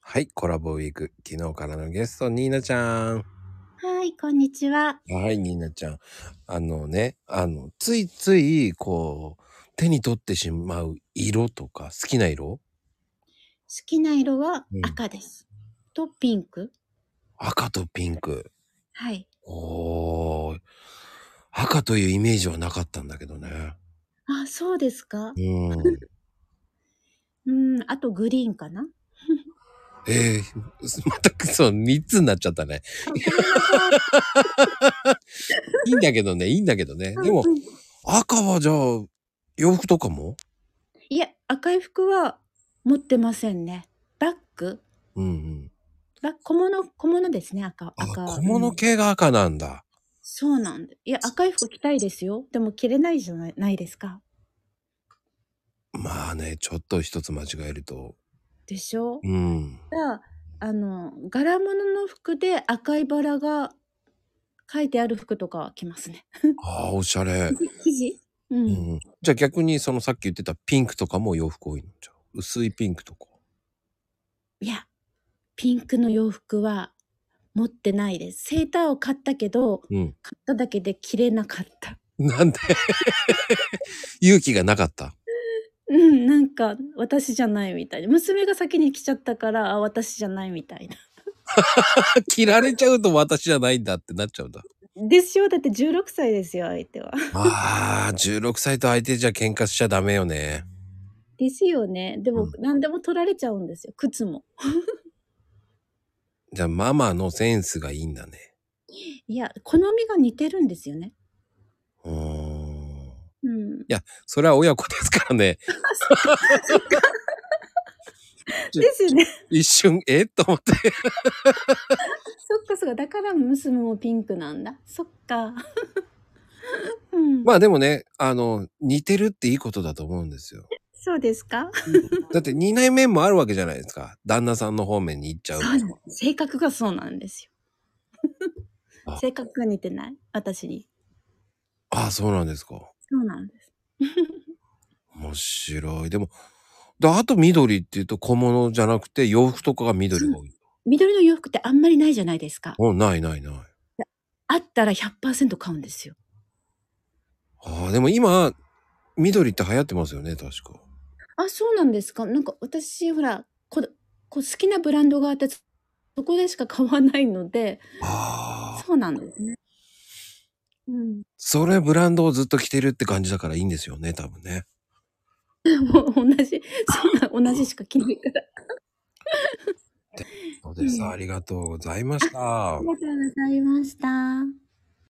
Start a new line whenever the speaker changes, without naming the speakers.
はい、コラボウィーク。昨日からのゲスト、ニーナちゃん。
はい、こんにちは。
はい、ニーナちゃん。あのね、あの、ついつい、こう、手に取ってしまう色とか、好きな色
好きな色は赤です。うん、と、ピンク。
赤とピンク。
はい。
おー。赤というイメージはなかったんだけどね。
あ、そうですか。
うん。
うん、あとグリーンかな。
ええー、またそう、三つになっちゃったね。いいんだけどね、いいんだけどね。でも、赤はじゃあ、洋服とかも
いや、赤い服は持ってませんね。バッグ
うんうん。
バ小物、小物ですね、赤。赤
小物系が赤なんだ。うん、
そうなんだ。いや、赤い服着たいですよ。でも着れないじゃないですか。
まあね、ちょっと一つ間違えると。
でしょ
うん。
が、あの、柄物の服で赤いバラが書いてある服とか着ますね。
ああ、おしゃれ。
生地
うん、うん、じゃあ逆にそのさっき言ってたピンクとかも洋服多いんじゃ薄いピンクとか。
いや、ピンクの洋服は持ってないです。セーターを買ったけど、
うん、
買っただけで着れなかった。
なんで 勇気がなかった
うん、なんか私じゃないみたいな。娘が先に来ちゃったから、あ、私じゃないみたいな。
切られちゃうと私じゃないんだってなっちゃうんだ。
ですよ。だって16歳ですよ、相手は。
ああ、16歳と相手じゃ喧嘩しちゃダメよね。
ですよね。でも、うん、何でも取られちゃうんですよ、靴も。
じゃあ、ママのセンスがいいんだね。
いや、好みが似てるんですよね。
うん。
うん、
いや、それは親子ですからね。
ですね。
一瞬、えと思って。
そっかそっか。だから娘もピンクなんだ。そっか。
うん、まあでもね、あの、似てるっていいことだと思うんですよ。
そうですか
だって2内面もあるわけじゃないですか。旦那さんの方面に行っちゃう。
う性格がそうなんですよ。性格が似てない私に。
ああ、そうなんですか。
そうなんです。
面白い。でも、であと緑っていうと小物じゃなくて洋服とかが緑が多い。
緑の洋服ってあんまりないじゃないですか。
うん、ないないない。
あったら100%買うんですよ。
ああ、でも今、緑って流行ってますよね、確か。
あ、そうなんですか。なんか私、ほら、ここ好きなブランドがあって、そこでしか買わないので、
あ
そうなんですね。うん。
それブランドをずっと着てるって感じだからいいんですよね、多分ね。
もう同じ、そんな同じしか着ないから。
そうです、ありがとうございました。あ
りがとうございました。